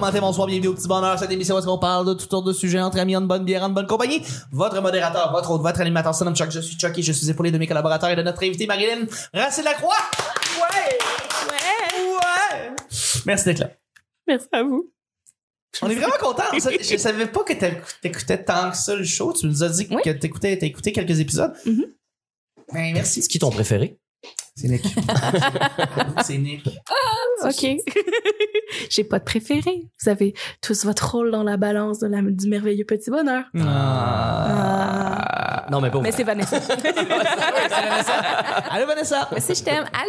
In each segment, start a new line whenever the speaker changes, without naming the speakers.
matin, bonsoir, bienvenue au petit bonheur. Cette émission où est-ce qu'on parle de toutes sortes de sujets entre amis, en bonne bière, en bonne compagnie. Votre modérateur, votre hôte, votre animateur, son nom Chuck. Je suis Chuck et je suis épaulé de mes collaborateurs et de notre invitée Marilyn Racine-Lacroix. Ouais! Ouais! Merci d'être là.
Merci à vous.
On est vraiment contents. Ça, Je savais pas que t'éc- t'écoutais tant que ça le show. Tu nous as dit
Oui.
que t'écoutais, t'as écouté quelques épisodes.
Mhm.
Ben, merci.
C'est qui ton préféré?
C'est Nick. c'est Nick.
OK. J'ai pas de préféré. Vous avez tous votre rôle dans la balance de la- du merveilleux petit bonheur.
Ah.
Non, mais pas
Mais c'est Vanessa.
Allô, Vanessa.
si je t'aime. Allô?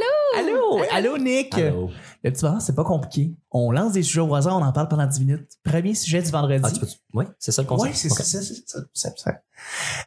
Allô. Allô, Nick.
Allô.
Le petit bonheur, c'est pas compliqué. On lance des sujets au hasard, on en parle pendant 10 minutes. Premier sujet du vendredi.
Ah, tu peux... Oui, c'est ça le concept.
Oui, c'est
Ok.
ça, c'est ça, c'est ça.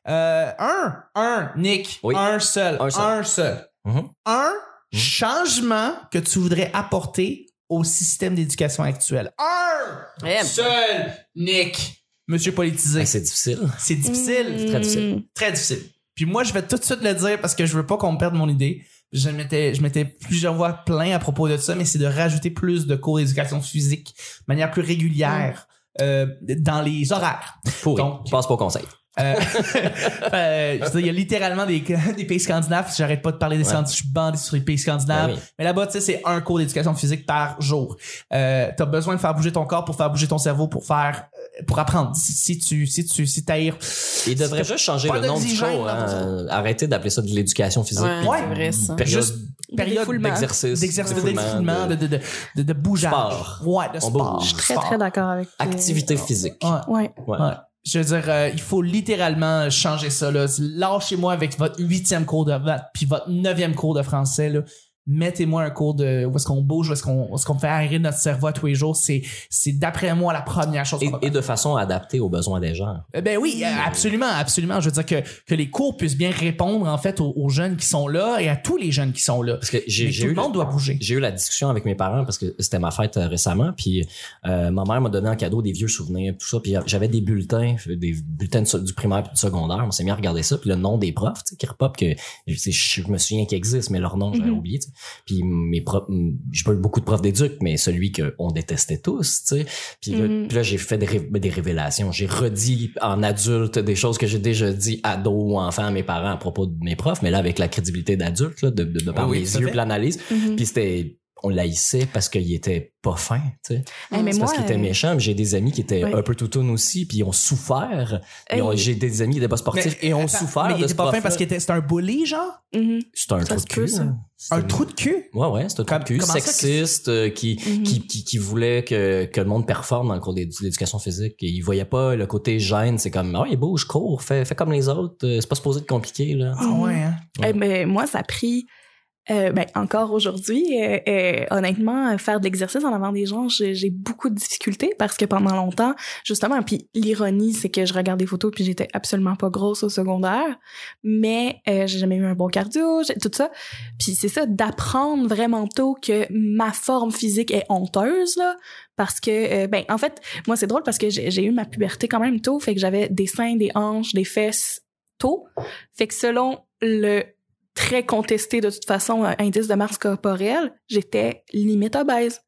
Euh, un, un, Nick.
Oui.
Un seul. Un
Un
seul.
seul.
Un,
Mhm. Mhm.
changement que tu voudrais apporter au système d'éducation actuel. Un
Eh.
seul, Nick. Monsieur politisé.
Ah, C'est difficile.
c'est difficile.
Mm.
C'est
très difficile.
Très difficile. Puis moi, je vais tout de suite le dire parce que je veux pas qu'on me perde mon idée. Je m'étais, je m'étais plusieurs fois plein à propos de ça, mais c'est de rajouter plus de cours d'éducation physique de manière plus régulière euh, dans les horaires.
Pourri.
Donc-
Je passe pas au conseil.
Euh, euh, je veux dire, il y a littéralement des, des pays scandinaves. J'arrête pas de parler des
Ouais.
scandinaves. Je suis bandé sur les pays scandinaves.
Ben oui.
Mais là-bas, tu sais, c'est un cours d'éducation physique par jour. Euh, t'as besoin de faire bouger ton corps pour faire bouger ton cerveau, pour faire, euh, pour apprendre. Si, si tu, si tu, si t'aïres.
Il devrait juste changer
pas
le nom du show.
d'oxygène dans
hein.
ton
Euh, Arrêter d'appeler ça de l'éducation physique.
Ouais,
puis
c'est
vrai, ça.
Période
Juste
Hmm.
période
défoulement.
d'exercice.
d'exercice,
d'éfoulement,
d'équipement, de,
de-
de, de, de, de bougeage.
Sport.
Ouais, de
On
sport.
bouge. Je suis
Très,
Sport.
très d'accord avec tes-
Activité physique.
Ouais.
Ouais.
Ouais.
Ouais. Je veux dire, euh, il faut littéralement changer ça. là. Lâchez-moi avec votre huitième cours de maths puis votre neuvième cours de français. là. Mettez-moi un cours de où est-ce qu'on bouge, où est-ce qu'on où est-ce qu'on fait aérer notre cerveau à tous les jours. C'est c'est d'après moi la première chose.
Et,
qu'on va
et de façon adaptée aux besoins des gens.
euh, Ben oui, euh, absolument, absolument. Je veux dire que, que les cours puissent bien répondre en fait aux, aux jeunes qui sont là et à tous les jeunes qui sont là.
Parce que j'ai
Mais
j'ai
tout
eu
le monde doit bouger.
J'ai eu la discussion avec mes parents parce que c'était ma fête euh, récemment, puis euh, ma mère m'a donné en cadeau des vieux souvenirs, tout ça, puis j'avais des bulletins, des bulletins de- du primaire puis du secondaire. On s'est mis à regarder ça, puis le nom des profs, tu sais, qui repop que je, sais, je me souviens qu'ils existent, mais leur nom j'avais
Mhm.
oublié. tu sais. Puis mes profs, j'ai pas eu beaucoup de profs d'éduc, mais celui qu'on détestait tous, tu sais. Puis là,
Mhm.
puis là, j'ai fait des, ré- des révélations. J'ai redit en adulte des choses que j'ai déjà dit ado ou enfant à mes parents à propos de mes profs, mais là avec la crédibilité d'adulte, là, de, de, de par
Oui,
les
tout à
yeux,
fait.
puis l'analyse.
Mhm.
Puis c'était on l'haïssait parce qu'il était pas fin, tu sais.
Hey, mais
C'est parce
moi,
qu'il était
euh,
méchant. mais J'ai des amis qui étaient
ouais.
un peu toutounes aussi, puis ils ont souffert. Ils
hey,
ont- J'ai des amis qui étaient pas sportifs et ont
Attends,
souffert.
Mais il
de
était
ce
pas fin
prof-là.
parce qu'il était c'était un bully genre,
mhm.
c'est un
Ça
trou
se
de
peut,
cul.
ça.
là.
un
C'est-
trou de cul.
Ouais, ouais, c'est un trou
Comme-
de cul
comment ça que-
sexiste euh, qui,
Mhm.
qui, qui, qui voulait que, que le monde performe dans le cours d'édu- d'éducation physique. Et il voyait pas le côté gêne. C'est comme, oh, il est beau, je cours, fais, fais comme les autres. euh, C'est pas supposé de compliqué, là.
Ah ouais. Hein?
Eh ben, moi, ça a pris. euh, ben, encore aujourd'hui, euh, euh, honnêtement, euh, faire de l'exercice en avant des gens, j'ai j'ai beaucoup de difficultés parce que pendant longtemps, justement, puis l'ironie, c'est que je regarde des photos puis j'étais absolument pas grosse au secondaire, mais euh, j'ai jamais eu un bon cardio, j'ai- tout ça. Puis c'est ça, d'apprendre vraiment tôt que ma forme physique est honteuse, là, parce que, euh, ben, en fait, moi, c'est drôle parce que j'ai j'ai eu ma puberté quand même tôt, fait que j'avais des seins, des hanches, des fesses tôt. Fait que selon le très contesté de toute façon euh, indice de masse corporelle, j'étais limite obèse.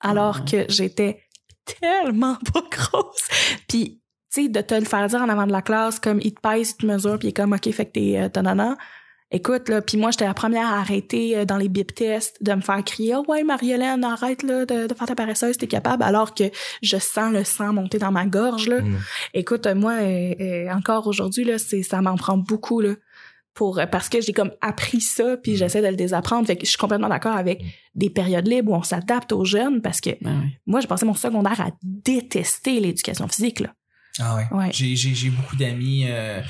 Alors que j'étais tellement pas grosse. Puis, tu sais, de te le faire dire en avant de la classe, comme il te pèse, il te mesure, puis il est comme, OK, fait que t'es euh, tanana. Écoute, là, puis moi, j'étais la première à arrêter euh, dans les bip tests de me faire crier, Ah ouais, Marie-Hélène, arrête, là, de, de faire ta paresseuse, t'es capable, alors que je sens le sang monter dans ma gorge,
Ah,
Mm.
là.
Mhm.
Écoute, euh, moi, euh, euh, encore aujourd'hui, là, c'est, ça m'en prend beaucoup, là. Pour, euh, parce que j'ai comme appris ça, puis
Mm.
Mhm.
j'essaie de le désapprendre. Fait que je suis complètement d'accord avec
Mhm.
des périodes libres où on s'adapte aux jeunes, parce que
Ben oui.
moi, j'ai passé mon secondaire à détester l'éducation physique. Là.
Ah ouais.
Ouais.
J'ai, j'ai, j'ai beaucoup d'amis. Euh,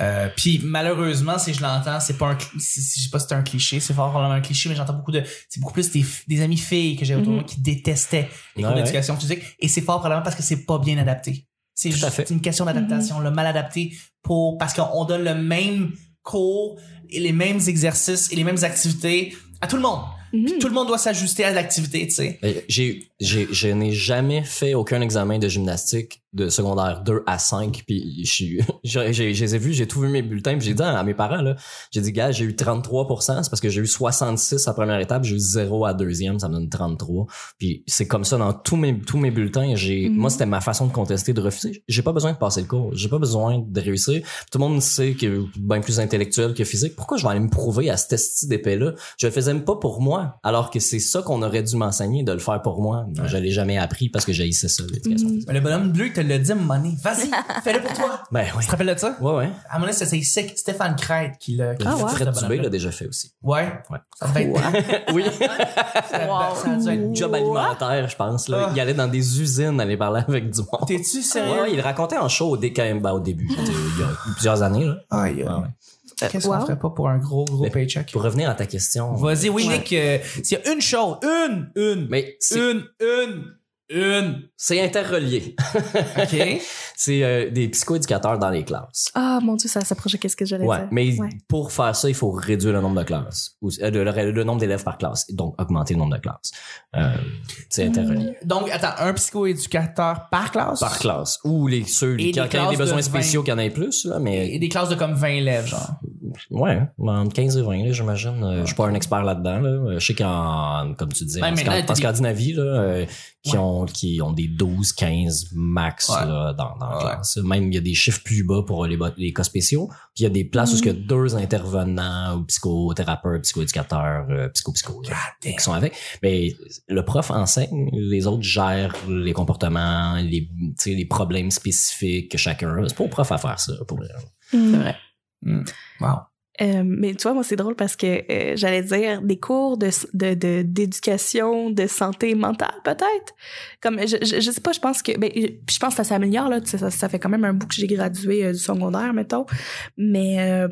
euh, puis malheureusement, si je l'entends, c'est pas un, cli- si, si- je sais pas si c'est un cliché, c'est fort probablement un cliché, mais j'entends beaucoup de, c'est beaucoup plus des, f- des amis filles que j'ai autour de moi qui détestaient les cours
Ouais, ouais.
d'éducation physique, et c'est fort probablement parce que c'est pas bien adapté. C'est
Tout à
juste
fait.
une question d'adaptation, le mal adapté pour, parce qu'on donne le même cours et les mêmes exercices et les mêmes activités à tout le monde.
Mm.
Puis tout le monde doit s'ajuster à l'activité, tu sais.
Euh, J'ai, j'ai, je n'ai jamais fait aucun examen de gymnastique de secondaire 2 à 5 puis je suis- j'ai j'ai- je les ai vus j'ai tout vu mes bulletins puis j'ai dit à mes parents là j'ai dit gars j'ai eu 33% c'est parce que j'ai eu 66 à première étape j'ai eu 0 à deuxième ça me donne 33 puis c'est comme ça dans tous mes tous mes bulletins j'ai
Mhm.
moi c'était ma façon de contester de refuser j'ai pas besoin de passer le cours j'ai pas besoin de réussir tout le monde sait que je suis bien plus intellectuel que physique pourquoi je vais aller me prouver à cet esti d'épée là je le faisais même pas pour moi alors que c'est ça qu'on aurait dû m'enseigner de le faire pour moi je l'ai jamais appris parce que j'haïssais ça l'éducation
Mhm.
Mais le bonhomme bleu, il te l'a dit, Money. Vas-y, fais-le pour toi.
ben oui
Tu te rappelles de ça?
ouais ouais
À mon avis, c'est- c'est c'est Stéphane Crête qui l'a. qui
Ah
l'a
ouais?
fait,
Fred
ce
Dubé l'a
bonhomme-là.
déjà fait aussi.
Ouais.
Ouais.
Ça devait être-
Oui.
ça-
Wow.
ça a dû être-
Job alimentaire, je pense. Là.
Ah.
Il allait dans des usines aller parler avec du monde.
T'es-tu sérieux?
Ouais, il le racontait en show au DKM bah, au début, je veux dire, il y a plusieurs années. Là.
Aïe, aïe.
Ouais, ouais.
Qu'est-ce
Euh, wow.
qu'on ferait pas pour un gros, gros
Mais-
paycheck?
Pour revenir à ta question.
Vas-y, oui,
Ouais.
Nick, euh, s'il y a une chose, une, une,
Mais c'est
une, une, une,
c'est interrelié.
OK?
C'est euh, des psychoéducateurs dans les classes.
Ah, mon Dieu, ça s'approchait qu'est-ce que j'allais
Ouais,
dire.
mais
Ouais.
pour faire ça, il faut réduire le nombre de classes, ou, euh, le, le- le nombre d'élèves par classe, donc augmenter le nombre de classes. Euh, c'est interrelié.
Donc, attends, un psychoéducateur par classe?
Par classe. Ou les ceux
Et
qui
des
ont qui ont
classes
des
de
besoins
20.
spéciaux qu'il y en ait plus, là, mais
Et des classes de comme 20 élèves, genre.
Ouais, hein, entre 15 et 20, là, j'imagine. Euh, Je suis pas un expert là-dedans. Là. Euh, Je sais qu'en, comme tu dis,
Ouais,
en,
mais
Scan-
là, t'es
en
des-
Scandinavie, là, euh, qui,
Ouais.
ont, qui ont des 12, 15 max
Ouais.
là, dans, dans la
Ouais.
classe. Même, il y a des chiffres plus bas pour les, bot- les cas spéciaux. Puis il y a des places où il y a
Mm-hmm.
deux intervenants, ou psychothérapeutes, psychoéducateurs, euh, psycho-psycho, là,
damn.
qui sont avec. Mais le prof enseigne, les autres gèrent les comportements, les, tu sais, les problèmes spécifiques que chacun a. C'est pas au prof à faire ça, pour vrai.
Mm.
Wow.
Euh, mais tu vois, moi, c'est drôle parce que euh, j'allais dire des cours de de- de- d'éducation, de, santé mentale, peut-être. Comme je, je, je sais pas, je pense que ben, euh, je pense que ça s'améliore là. Tu sais, Ça, ça fait quand même un bout que j'ai gradué euh, du secondaire, mettons. Mais euh,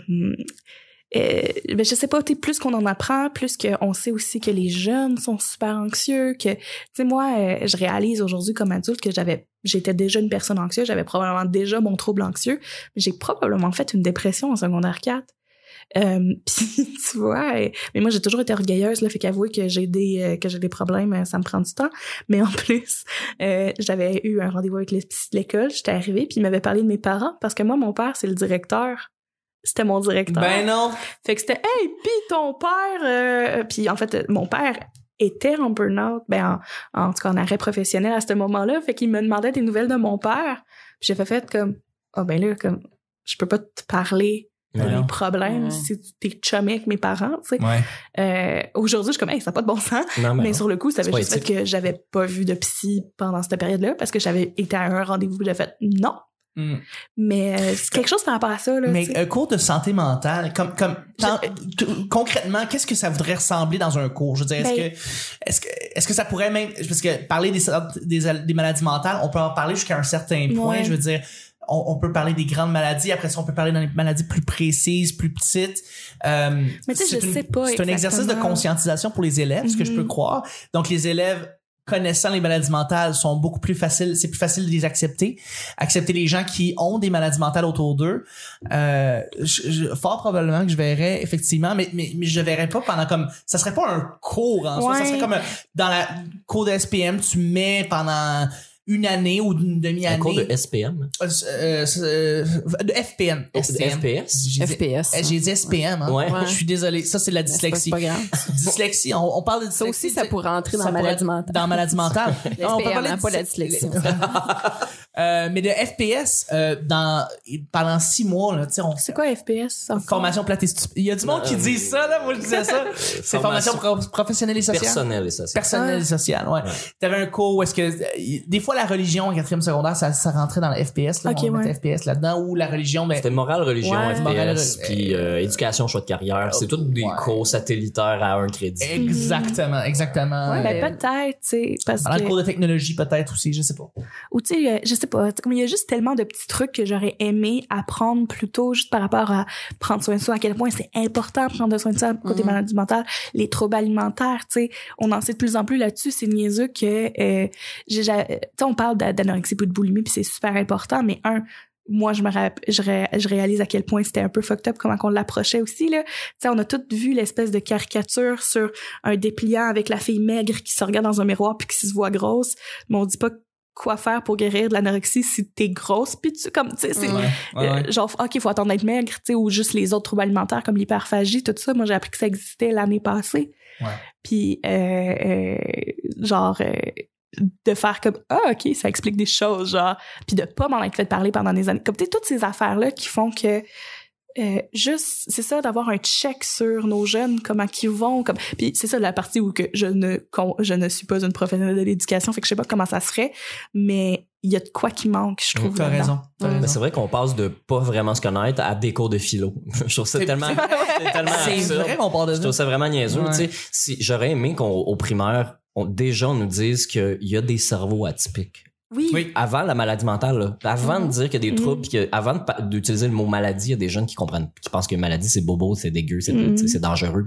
euh, ben, je sais pas, tu sais, plus qu'on en apprend, plus qu'on sait aussi que les jeunes sont super anxieux, que tu sais moi, euh, je réalise aujourd'hui comme adulte que j'avais j'étais déjà une personne anxieuse, j'avais probablement déjà mon trouble anxieux, mais j'ai probablement fait une dépression en secondaire 4. Euh, puis tu vois, euh, mais moi j'ai toujours été orgueilleuse là, fait qu'avouer que j'ai des euh, que j'ai des problèmes, euh, ça me prend du temps. Mais en plus, euh, j'avais eu un rendez-vous avec les psy de l'école, j'étais arrivée, puis il m'avait parlé de mes parents parce que moi mon père c'est le directeur, c'était mon directeur.
Ben non.
Fait que c'était hey puis ton père, euh, puis en fait euh, mon père était en burn-out, ben en, en tout cas en arrêt professionnel à ce moment-là, fait qu'il me demandait des nouvelles de mon père, puis j'ai fait fait comme ah ben là comme je peux pas te parler
Ouais.
les
non.
problèmes
Ouais.
si t'es chumé avec mes parents, tu sais.
Ouais. Ben
Euh, Aujourd'hui, je suis comme, hey, ça n'a pas de bon sens.
Non,
mais
non.
sur le coup, ça
C'est
avait
pas
juste fait
éthique.
que j'avais pas vu de psy pendant cette période-là parce que j'avais été à un rendez-vous j'ai fait non.
Mm.
Mais euh, c'est quelque chose par rapport à ça, là. tu
Mais euh,
sais.
un cours de santé mentale, comme, comme tant- t- concrètement, qu'est-ce que ça voudrait ressembler dans un cours? Je veux dire, est-ce
Ben-
que, est-ce que, est-ce que ça pourrait même, parce que parler des, sortes- des, al- des maladies mentales, on peut en parler jusqu'à un certain point.
Ouais.
Je veux dire, on, on peut parler des grandes maladies, après ça, on peut parler dans les maladies plus précises, plus petites. Euh,
Mais tu sais,
c'est
je
une-
sais pas
C'est un exercice de
exactement.
conscientisation pour les élèves, ce que je
Mhm.
peux croire. Donc, les élèves, connaissant les maladies mentales sont beaucoup plus faciles, c'est plus facile de les accepter. Accepter les gens qui ont des maladies mentales autour d'eux. Euh, je- je- fort probablement que je verrais, effectivement, mais, mais, mais je verrais pas pendant comme, ça serait pas un cours en soi, ça
Ouais.
serait comme un- dans la cours de SPM, tu mets pendant une année ou une
Un
demi-année.
cours de SPM.
Euh, euh, euh, de FPN. SPM.
FPS.
J'ai dit-
FPS.
eh, J'ai dit SPM, hein.
Ouais.
Ouais.
Je suis désolé. Ça, c'est de la
Mais c'est pas-
dyslexie.
C'est pas grave.
Dyslexie, on, on parle de
Ça
dyslexie.
aussi, ça
tu sais,
pourrait entrer dans
ça
la
pourrait
maladie
être
mentale.
dans maladie mentale.
Les
Non, on peut
SPM,
parler de
hein, pas la
dysle-
dyslexie.
Euh, mais de FPS, euh, dans, pendant six mois, là, tu sais, on
C'est quoi FPS? encore?
formation plate et stupide. Il y a du monde qui
Euh,
dit ça, là. Moi, je disais ça. C'est formation pro- professionnelle et sociale.
personnelle et sociale.
Personnelle et sociale, ouais.
Ouais.
T'avais un cours où est-ce que, euh, y- des fois, la religion en quatrième secondaire, ça, ça rentrait dans la FPS, là.
Ok,
on mettait FPS là-dedans, ou la religion, ben, mais
C'était morale, religion,
Ouais.
FPS,
Morale,
puis euh, éducation, choix de carrière. C'est tous des
Ouais.
cours satellitaires à un crédit.
exactement, exactement.
Mhm. Ouais,
Euh,
ben peut-être, tu sais, parce
Dans le
que...
cours de technologie, peut-être aussi, je sais pas.
Ou tu sais, euh, je sais pas, tu sais, comme il y a juste tellement de petits trucs que j'aurais aimé apprendre plus tôt, juste par rapport à prendre soin de soi, à quel point c'est important de prendre soin de soi côté
Mhm.
maladie mentale, les troubles alimentaires, tu sais, on en sait de plus en plus là-dessus, c'est niaiseux que, euh, j'ai ja- tu sais, on parle d'a- d'anorexie ou de boulimie, puis c'est super important, mais un, moi, je me rapp- je, ré- je réalise à quel point c'était un peu fucked up, comment on l'approchait aussi, là. Tu sais, on a toutes vu l'espèce de caricature sur un dépliant avec la fille maigre qui se regarde dans un miroir puis qui se voit grosse, mais on dit pas quoi faire pour guérir de l'anorexie si t'es grosse puis tu comme tu sais c'est
Ouais, ouais,
euh,
ouais.
genre ok faut attendre d'être maigre tu sais ou juste les autres troubles alimentaires comme l'hyperphagie tout ça moi j'ai appris que ça existait l'année passée
Ouais.
puis euh, euh, genre euh, de faire comme ah ok ça explique des choses genre puis de pas m'en être fait parler pendant des années comme tu sais toutes ces affaires là qui font que euh, juste c'est ça d'avoir un check sur nos jeunes comment qu'ils vont comme puis c'est ça la partie où que je ne con- je ne suis pas une professionnelle de l'éducation fait que je sais pas comment ça serait mais il y a de quoi qui manque je trouve
T'as
là-dedans.
raison. t'as
Ouais.
Mais
raison.
c'est vrai qu'on passe de pas vraiment se connaître à des cours de philo. je trouve ça
C'est-
tellement, c'est tellement
C'est
absurde.
vrai qu'on parle de
Je
ça.
trouve ça vraiment niaiseux.
Ouais.
Tu sais, si, j'aurais aimé qu'au au primaire, on, déjà, on nous dise qu'il y a des cerveaux atypiques.
oui,
Oui.
Avant la maladie mentale, là, avant
Mhm.
de dire qu'il y a des
Mhm.
troubles, puis que- avant de pa- d'utiliser le mot maladie, il y a des jeunes qui comprennent, qui pensent que maladie, c'est bobo, c'est dégueu, c'est
Mhm.
tu sais, c'est dangereux.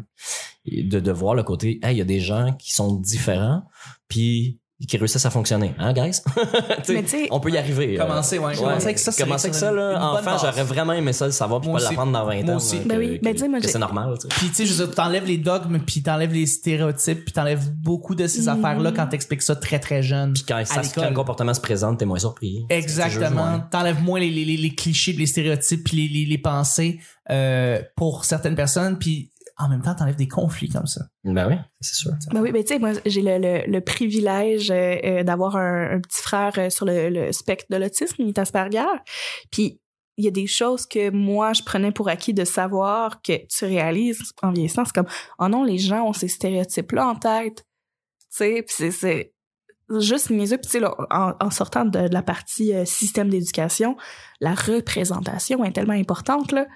Et de, de voir le côté, hey, il y a des gens qui sont différents, puis qui réussissent à fonctionner. Hein, guys? Tu sais,
mais tu sais
on peut y arriver. euh,
Commencer, ouais.
Ouais.
Commencer avec ça. c'est
Commencer avec
une-
ça, là,
une bonne
enfant,
base.
j'aurais vraiment aimé ça, le savoir, puis
Moi
pas
aussi.
l'apprendre dans 20 ans.
Moi aussi.
là,
Ben
que-
oui.
que-
Ben, tu sais, moi,
que
j'ai-
c'est normal, tu sais.
Puis tu sais, je veux dire, t'enlèves les dogmes, puis t'enlèves les stéréotypes, puis t'enlèves beaucoup de ces
Mhm.
affaires-là quand t'expliques ça très très jeune.
Puis quand, ça,
l'école. Eh.
quand le comportement se présente, t'es moins surpris.
Exactement. T'enlèves moins les, les, les, les clichés, puis les stéréotypes, puis les, les, les pensées euh, pour certaines personnes, puis en même temps, t'enlèves des conflits comme ça.
Ben oui, c'est sûr.
Ben oui, ben tu sais, moi, j'ai le, le, le privilège euh, euh, d'avoir un, un petit frère euh, sur le, le spectre de l'autisme, il est Asperger. Puis, il y a des choses que moi, je prenais pour acquis de savoir que tu réalises en vieillissant. C'est comme, oh non, les gens ont ces stéréotypes-là en tête. Tu sais, puis c'est- c'est juste niaiseux. Puis, tu sais, là, en, en sortant de, de la partie euh, système d'éducation, la représentation est tellement importante, là.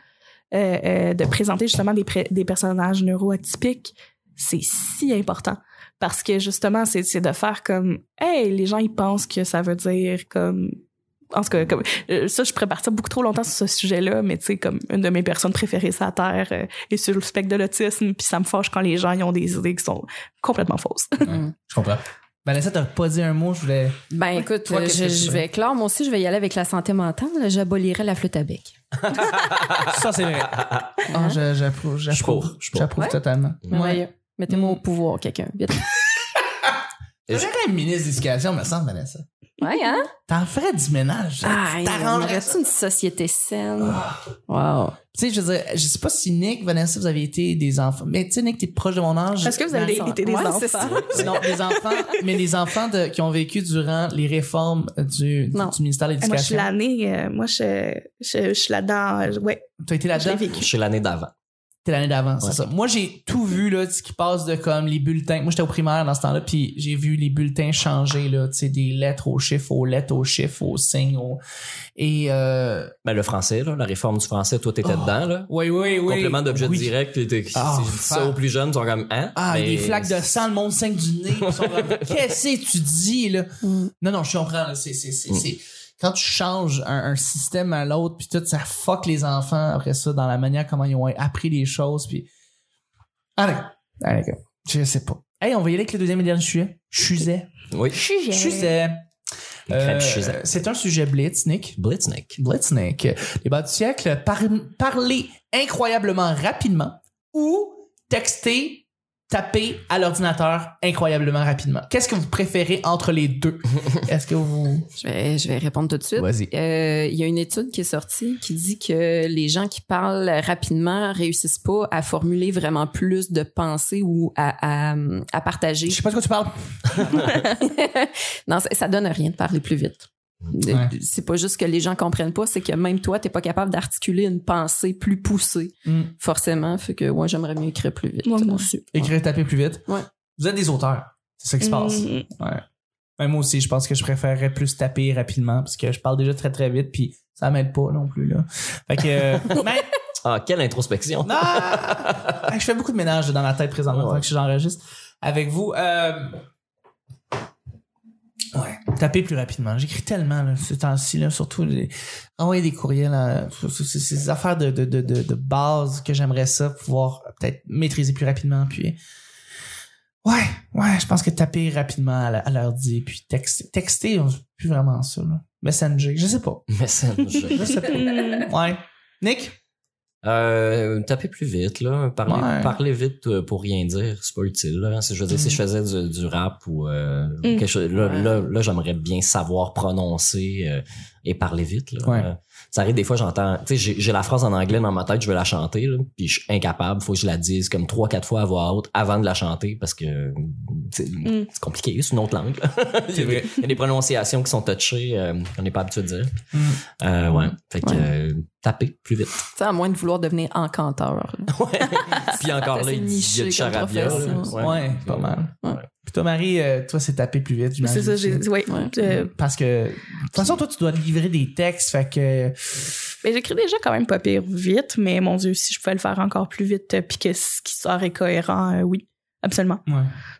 Euh, euh, de présenter justement des, pré- des personnages neuroatypiques c'est si important parce que justement c'est c'est de faire comme hey les gens ils pensent que ça veut dire comme en tout cas comme euh, ça je pourrais partir beaucoup trop longtemps sur ce sujet-là mais tu sais comme une de mes personnes préférées sur la terre euh, est sur le spectre de l'autisme puis ça me fâche quand les gens ils ont des idées qui sont complètement fausses
Je comprends. Vanessa, t'as pas dit un mot, je voulais.
Ben écoute,
Toi,
euh,
qu'est-ce
je,
que tu
je
fais?
vais clore. Moi aussi, je vais y aller avec la santé mentale. J'abolirai la flûte à bec.
Ça, c'est vrai. Ah,
Hein?
je- J'approuve. J'approuve.
pour, je suis pour.
J'approuve
Ouais?
totalement.
Merveilleux. Mettez-moi
Mm.
au pouvoir, quelqu'un. Vite.
Et
J'aurais une ministre d'éducation, me semble, Vanessa.
Ouais, hein?
T'en ferais du ménage.
Ah, on
T'arrangerais
aurait-tu
ça.
une société saine? Wow.
Tu sais, je veux dire, je sais pas si Nick, Vanessa, vous avez été des enfants. Mais tu sais, Nick, t'es proche de mon âge.
Est-ce que vous avez
Dans-
été des
Ouais,
enfants
c'est ça.
Non, des enfants, mais les enfants de- qui ont vécu durant les réformes du, du-
Non.
du ministère de
Eh, moi je suis
l'Éducation.
l'année euh, moi je je, je suis là-dedans euh, ouais
T'as été
je l'ai
là-dedans?
vécu
Chez l'année d'avant.
T'es l'année d'avant, c'est
Ouais.
ça. Moi, j'ai tout vu, là, ce qui passe de comme les bulletins. Moi, j'étais au primaire dans ce temps-là, puis j'ai vu les bulletins changer, là, tu sais, des lettres aux chiffres, aux lettres aux chiffres, aux signes, aux... Et, euh...
Ben, le français, là, la réforme du français, toi, t'étais
Oh.
dedans, là.
Oui, oui, oui.
Complément d'objet
Oui.
direct, puis t'es-
Ah,
si je dis ça
fuck.
aux plus jeunes, ils sont comme, hein?
Ah,
Mais
des flaques de sang, le monde saigne du nez. ils sont comme, Qu'est-ce que tu dis, là?
Mm.
Non, non, je comprends. là, C'est, c'est, c'est,
Mm.
c'est- Quand tu changes un, un système à l'autre, puis tout, ça fuck les enfants après ça dans la manière comment ils ont appris les choses. Puis... Allez, allez, gars. je sais pas. Hey, on va y aller avec le deuxième et dernier sujet. Chuzet.
Oui.
Chuzet.
Une crêpe chuzet.
Euh, c'est un sujet blitz, Nick.
Blitznik.
Blitznik. Les bas du siècle, par- parler incroyablement rapidement ou texter, taper à l'ordinateur incroyablement rapidement. Qu'est-ce que vous préférez entre les deux? Est-ce que vous...
Je vais, je vais répondre tout de suite.
Vas-y.
Euh, Il y a une étude qui est sortie qui dit que les gens qui parlent rapidement réussissent pas à formuler vraiment plus de pensées ou à, à, à partager.
Je sais pas de quoi tu parles.
non, ça, ça donne rien de parler plus vite. De-
Ouais.
C'est pas juste que les gens comprennent pas, c'est que même toi, t'es pas capable d'articuler une pensée plus poussée,
Mm.
forcément. Fait que, ouais, j'aimerais mieux écrire plus vite.
Moi, moi aussi.
Écrire et taper plus vite.
Ouais.
Vous êtes des auteurs. C'est ça qui se passe.
Mm.
Ouais, moi aussi, je pense que je préférerais plus taper rapidement parce que je parle déjà très très vite puis ça m'aide pas non plus là. Fait que... euh, mais-
Ah, quelle introspection.
Non! Ah, je fais beaucoup de ménage dans ma tête présentement,
Ouais.
fait que j'enregistre avec vous. Euh, Ouais, tapez plus rapidement. J'écris tellement là, ce temps-ci, là, surtout les- envoyer des courriels. hein, à- c'est- C'est c'est des affaires de, de, de, de, de base que j'aimerais ça pouvoir euh, peut-être maîtriser plus rapidement. Puis ouais, ouais, je pense que taper rapidement à la- à l'ordi, puis texter, texter, on fait plus vraiment ça. Là. Messenger, je sais pas,
Messenger.
Mm.
je sais pas. Ouais, Nick,
Euh, taper plus vite, là. Parler,
Ouais.
parler vite euh, pour rien dire, c'est pas utile. Là. Si, je veux dire, si je
Mm.
faisais du, du rap ou euh, quelque chose, là,
Ouais.
là, là, j'aimerais bien savoir prononcer euh, et parler vite. Là.
Ouais.
Euh, ça arrive des fois, j'entends, tu sais, j'ai- j'ai la phrase en anglais dans ma tête, je veux la chanter, là, puis je suis incapable, faut que je la dise comme trois, quatre fois à voix haute avant de la chanter parce que tu sais,
Mm.
c'est compliqué, c'est une autre langue. là. il, y a des, il y a des prononciations qui sont touchées, euh, qu'on n'est pas habitué de dire.
Mm.
Euh, ouais. Fait que
Ouais.
euh, taper plus vite.
Tu sais, à moins de vouloir devenir encanteur. là.
Ouais. Puis encore là,
Après, c'est
il dit il y a de
niché comme
charabia. là.
profession.
Ouais, pas mal.
Ouais.
Puis toi, Marie, euh, toi, c'est taper plus vite.
C'est
j'imagine.
ça, j'ai, ouais.
Ouais.
Euh,
Parce que, de toute façon, toi, tu dois livrer des textes, fait que.
ben, j'écris déjà quand même pas pire vite, mais mon Dieu, si je pouvais le faire encore plus vite, euh, puis que ce qui sort est cohérent, euh, oui, absolument.
Ouais.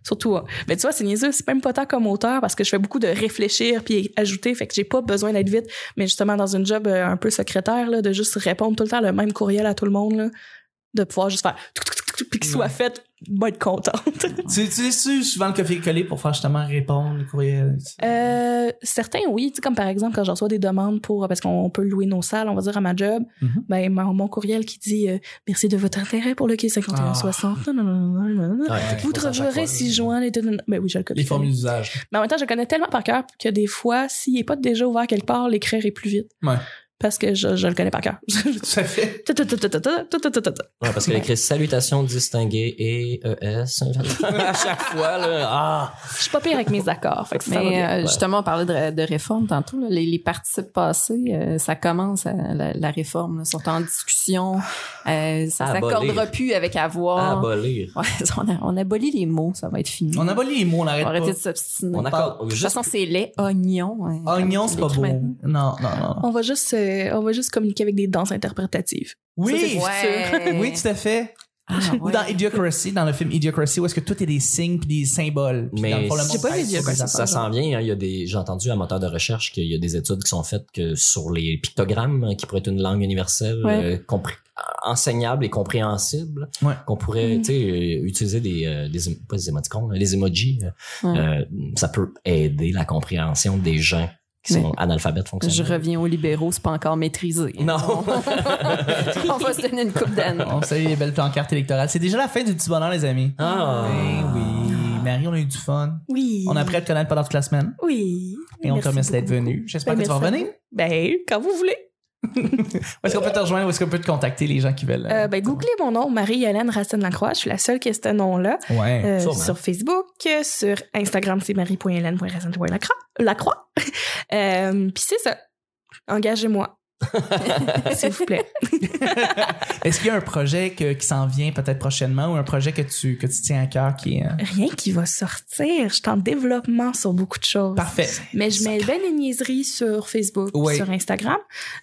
Surtout, euh, ben, tu vois, c'est niaiseux, c'est même pas tant comme auteur parce que je fais beaucoup de réfléchir puis ajouter, fait que j'ai pas besoin d'être vite. Mais justement, dans une job euh, un peu secrétaire, là, de juste répondre tout le temps le même courriel à tout le monde, là, de pouvoir juste faire tout, tout, tout, tout, puis qu'il soit fait, va être contente.
Tu utilises souvent le copier-coller pour faire justement répondre les courriels?
Euh, certains, oui. Tu sais, comme par exemple, quand je reçois des demandes pour, parce qu'on peut louer nos salles, on va dire, à ma job,
Mhm.
ben, mon, mon courriel qui dit euh, Merci de votre intérêt pour le
Ah.
Q5160.
Ouais, t'écris
Vous
pas ça à chaque
trouverez
fois,
si
là.
joint les. Ben oui, je le copie.
les formules d'usage.
Mais en même temps, je le connais tellement par cœur que des fois, s'il n'est pas déjà ouvert quelque part, l'écrire est plus vite.
Ouais.
Parce que je, je le connais par cœur.
Tout à fait.
Ta, ta, ta, ta, ta, ta, ta, ta, ta, ta.
Ouais, parce qu'il écrit salutations distinguées et ES. à chaque fois, là. Ah!
Je suis pas pire avec mes accords. Fait que ça va
Mais
bien.
euh,
ouais.
justement, on parlait de, de réforme tantôt. là. Les, les participes passés, euh, ça commence à- la, la réforme. Là, Ils sont en discussion. Euh, ça
Ah,
À
s'accordera
abolir.
plus avec avoir.
Abolir.
Ouais, on, a- on abolit les mots, ça va être fini.
On abolit les mots, on
On
arrête
va arrêter de
pas.
s'obstiner.
On
De
accorde.
toute
Juste,
façon, c'est lait, oignon. hein, comme
Oignon,
tu
c'est pas
l'écris
beau.
maintenant.
Non, non, non.
On va juste, euh, on va juste communiquer avec des danses interprétatives.
Oui,
Ça,
Ouais.
oui, tout à fait.
Ah,
Ou
ouais.
dans Idiocracy, dans le film Idiocracy, où est-ce que tout est des signes puis des symboles. Puis dans le
mais
fond, le monde
J'ai pas vu
pèse sur
Idiocracy.
des
ça,
affaires.
ça s'en vient. hein. Il y a des, j'ai entendu à un moteur de recherche qu'il y a des études qui sont faites que sur les pictogrammes, hein, qui pourraient être une langue universelle,
Ouais.
euh, compré- enseignable et compréhensible,
Ouais.
qu'on pourrait
Mm.
tu sais, euh, utiliser des, euh, des, émo- pas des émoticônes, mais les emojis. euh,
Ouais.
euh, ça peut aider la compréhension des gens qui
Mais-
sont analphabètes
Je
fonctionnels.
reviens aux libéraux, c'est pas encore maîtrisé.
Non.
on va se donner une coupe d'années. Ah,
On salue les belles pancartes électorales. C'est déjà la fin du petit bonheur, les amis.
Ah.
Eh oui. Marie, on a eu du fun.
Oui.
On a appris à te connaître pendant toute la semaine.
Oui.
Et on te
Merci
remercie d'être
beaucoup.
venu. J'espère
Ben,
que tu vas
merci à
revenir.
Ben, quand vous voulez.
Où est-ce qu'on peut te rejoindre? Où est-ce qu'on peut te contacter, les gens qui veulent? euh,
Euh, ben, googlez mon nom, Marie-Hélène Racine-Lacroix. Je suis la seule qui a ce nom-là.
Ouais.
Euh,
Sûrement.
sur Facebook, euh, sur Instagram, c'est marie.hélène.racine.lacroix. Lacroix. Euh, Puis c'est ça. Engagez-moi. S'il vous plaît.
Est-ce qu'il y a un projet que- qui s'en vient peut-être prochainement ou un projet que tu, que tu tiens à cœur qui est. euh,
Rien qui va sortir. Je suis en développement sur beaucoup de choses.
Parfait.
Mais je mets bien les niaiseries sur Facebook,
Ouais.
sur Instagram.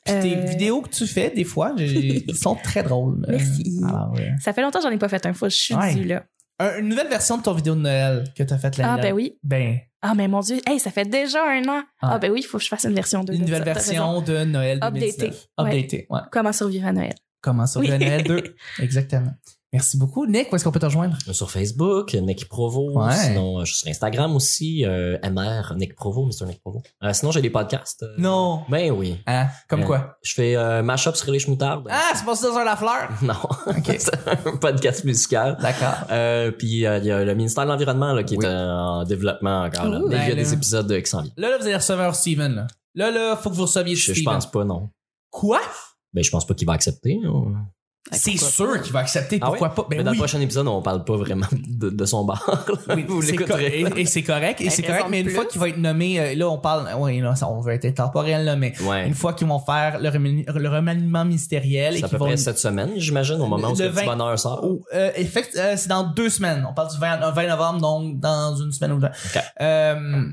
Puis tes
Euh,
vidéos que tu fais, des fois, j'ai- elles sont très drôles. Euh,
Merci.
alors, euh,
Ça fait longtemps que j'en ai pas fait un fois. Je suis
Ouais.
due, là.
un- une nouvelle version de ton vidéo de Noël que tu as faite l'année
Ah, ben
dernière.
oui.
Ben,
Ah, mais mon Dieu. Hey, ça fait déjà un an.
Ah.
Ah, ben oui, il faut que je fasse une version 2.
une nouvelle version de Noël
Updatée.
2019.
Ouais.
Updatée, ouais.
Comment survivre à Noël.
Comment sur
Oui.
Noël 2. Exactement. Merci beaucoup. Nick, où est-ce qu'on peut te rejoindre?
Sur Facebook, Nick Provo.
Ouais.
Sinon, euh, je suis sur Instagram aussi, euh, MR, Nick Provo, Mr. Nick Provo. Euh, sinon, j'ai des podcasts. euh,
Non.
Ben oui.
Hein? Comme
Euh,
quoi?
Je fais euh, Mashup sur les moutardes.
Ah, c'est pas ça sur la fleur?
Non. C'est un podcast musical.
D'accord.
Euh, puis euh, il y a le ministère de l'Environnement là, qui
Oui.
est euh, en développement encore. Là.
Ouh.
Mais il y a
Ben, là.
des épisodes euh, qui s'en viennent.
Là, là, vous allez recevoir Steven, là. Là, là, faut que vous receviez
Je,
Steven.
je pense pas, non.
Quoi?
Ben, je pense pas qu'il va accepter. hein.
C'est
Pourquoi
sûr qu'il va accepter.
Ah oui?
Pourquoi pas?
Mais
Ben
dans
oui.
le prochain épisode, on parle pas vraiment de, de son bar. là.
Oui,
Vous
c'est
l'écouterez. Ben,
co- Et, et c'est correct. Et
Elle
c'est correct.
raisonne
Mais une
plus.
fois qu'il va être nommé, euh, là, on parle, oui, là, ça, on veut être intemporel, là, mais
Ouais.
une fois qu'ils vont faire le, remani- le remaniement ministériel
C'est
et
à
qu'ils
peu
vont.
près cette semaine, j'imagine, au moment où
Le
ce
20
petit bonheur sort.
Oh, euh, effect- euh, c'est dans deux semaines. On parle du 20, 20 novembre, donc dans une semaine ou deux. Euh,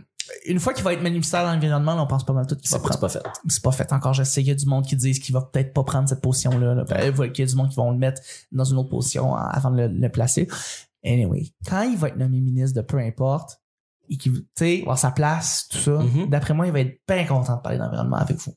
une fois qu'il va être ministère de l'Environnement, là, on pense pas mal tout qu'il va
C'est pas,
prendre.
c'est pas fait.
C'est pas fait encore. Je sais qu'il y a du monde qui disent qu'il va peut-être pas prendre cette position-là. là. Ben, voilà, qu'il y a du monde qui vont le mettre dans une autre position euh, avant de le, le placer. Anyway, quand il va être nommé ministre de peu importe, et qu'il tu sais, avoir sa place, tout ça,
Mhm.
d'après moi, il va être bien content de parler d'environnement avec vous.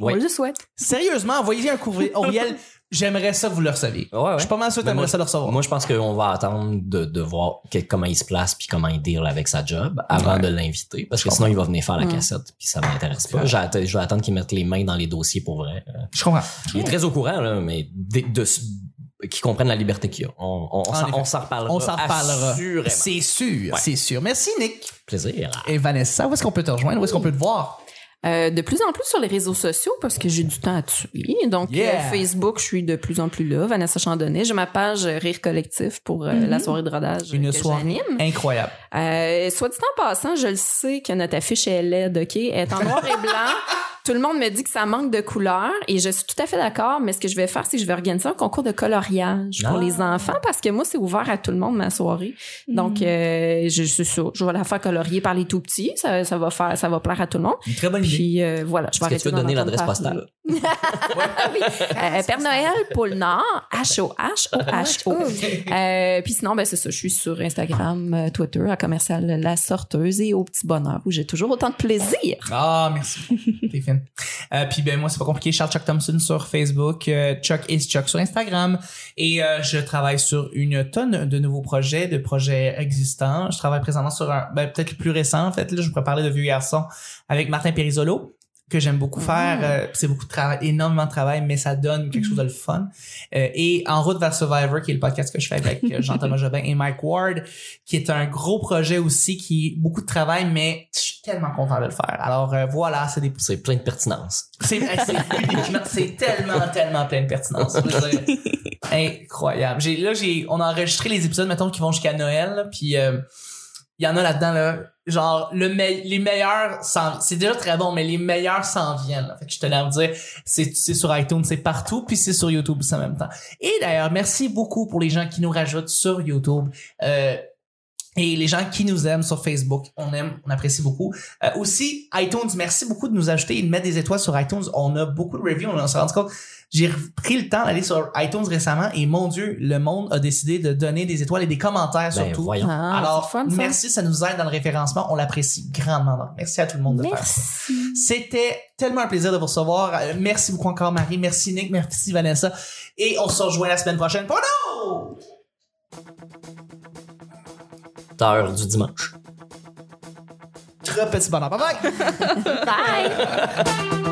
Oui.
On le souhaite.
Sérieusement, envoyez un courriel Oh, J'aimerais ça que vous le receviez.
Ouais, ouais.
Je suis pas mal sûr que
Mais
t'aimerais
moi,
ça le recevoir.
Moi, je pense qu'on va attendre de, de voir que- comment il se place puis comment il deal avec sa job avant
Ouais.
de l'inviter parce que
Je
sinon il va venir faire la
Mm.
cassette puis ça m'intéresse pas. J'att- Je vais attendre qu'il mette les mains dans les dossiers pour vrai. Euh,
je comprends.
Il est très au courant là, mais de, de s- qu'il comprenne la liberté qu'il a. On, on, on
En
s'en-
effet.
on s'en reparlera.
On s'en reparlera.
Assurément.
C'est sûr,
Ouais.
c'est sûr. Merci, Nick.
Plaisir.
Et Vanessa, où est-ce qu'on peut te rejoindre? Où est-ce qu'on peut te voir?
Euh, de plus en plus sur les réseaux sociaux parce que j'ai du temps à tuer. Donc,
Yeah.
euh, Facebook, je suis de plus en plus là. Vanessa Chandonnet. J'ai ma page euh, Rire Collectif pour euh,
Mhm.
la soirée de rodage
Mm-hmm. Une
que
soirée.
Hmm.
j'anime.
Incroyable.
Euh, soit dit en passant, je le sais que notre affiche est laide, OK? Elle est en noir et blanc. Tout le monde me dit que ça manque de couleurs et je suis tout à fait d'accord, mais ce que je vais faire, c'est que je vais organiser un concours de coloriage pour
Ah.
les enfants parce que moi, c'est ouvert à tout le monde ma soirée. Donc,
Mm.
euh, je suis sûre, je vais la faire colorier par les tout petits. Ça, ça va faire, ça va plaire à tout le monde.
Une très bonne
Puis euh, voilà,
Est-ce
je vais
que
arrêter
tu veux
d'en
donner
entendre
l'adresse
parler.
postale?
Ah oui. Euh, Père Noël, Pôle Nord, H-O-H-O-H-O. Euh, Puis sinon, ben, c'est ça, je suis sur Instagram, euh, Twitter, à commercial La Sorteuse et Au Petit Bonheur, où j'ai toujours autant de plaisir.
Ah, merci. T'es fine. Euh, puis ben moi, c'est pas compliqué. Charles Chuck Thompson sur Facebook, euh, Chuck is Chuck sur Instagram. Et euh, je travaille sur une tonne de nouveaux projets, de projets existants. Je travaille présentement sur un, ben, peut-être le plus récent en fait. Là, je pourrais parler de Vieux Garçon avec Martin Perisolo que j'aime beaucoup faire.
Mhm.
Euh, c'est beaucoup de travail, énormément de travail, mais ça donne quelque chose de le fun. Euh, et En route vers Survivor, qui est le podcast que je fais avec euh, Jean-Thomas Jobin et Mike Ward, qui est un gros projet aussi, qui est beaucoup de travail, mais je suis tellement content de le faire. Alors euh, voilà, c'est des...
C'est plein de pertinence.
C'est c'est uniquement- c'est tellement, tellement plein de pertinence. Je veux dire, Incroyable. J'ai- Là, j'ai, on a enregistré les épisodes, mettons, qui vont jusqu'à Noël, là, puis euh, il y en a là-dedans, là, genre, le me- les meilleurs, s'en- c'est déjà très bon, mais les meilleurs s'en viennent. là. Fait que je tenais à vous dire, c'est c'est sur iTunes, c'est partout, puis c'est sur YouTube aussi en même temps. Et d'ailleurs, merci beaucoup pour les gens qui nous rajoutent sur YouTube. euh, et les gens qui nous aiment sur Facebook, on aime, on apprécie beaucoup. Euh, aussi, iTunes, merci beaucoup de nous ajouter et de mettre des étoiles sur iTunes. On a beaucoup de reviews, on en s'est rendu compte. J'ai pris le temps d'aller sur iTunes récemment et mon Dieu, le monde a décidé de donner des étoiles et des commentaires
Ben,
surtout.
voyons.
Ah,
Alors,
c'est fun, ça.
merci, ça nous aide dans le référencement. On l'apprécie grandement. Donc, merci à tout le monde de faire ça.
Merci.
C'était tellement un plaisir de vous recevoir. Euh, Merci beaucoup encore, Marie. Merci, Nick. Merci, Vanessa. Et on se rejoint la semaine prochaine. pour nous!
Heure du dimanche.
Très petit bonheur. Bye bye!
Bye!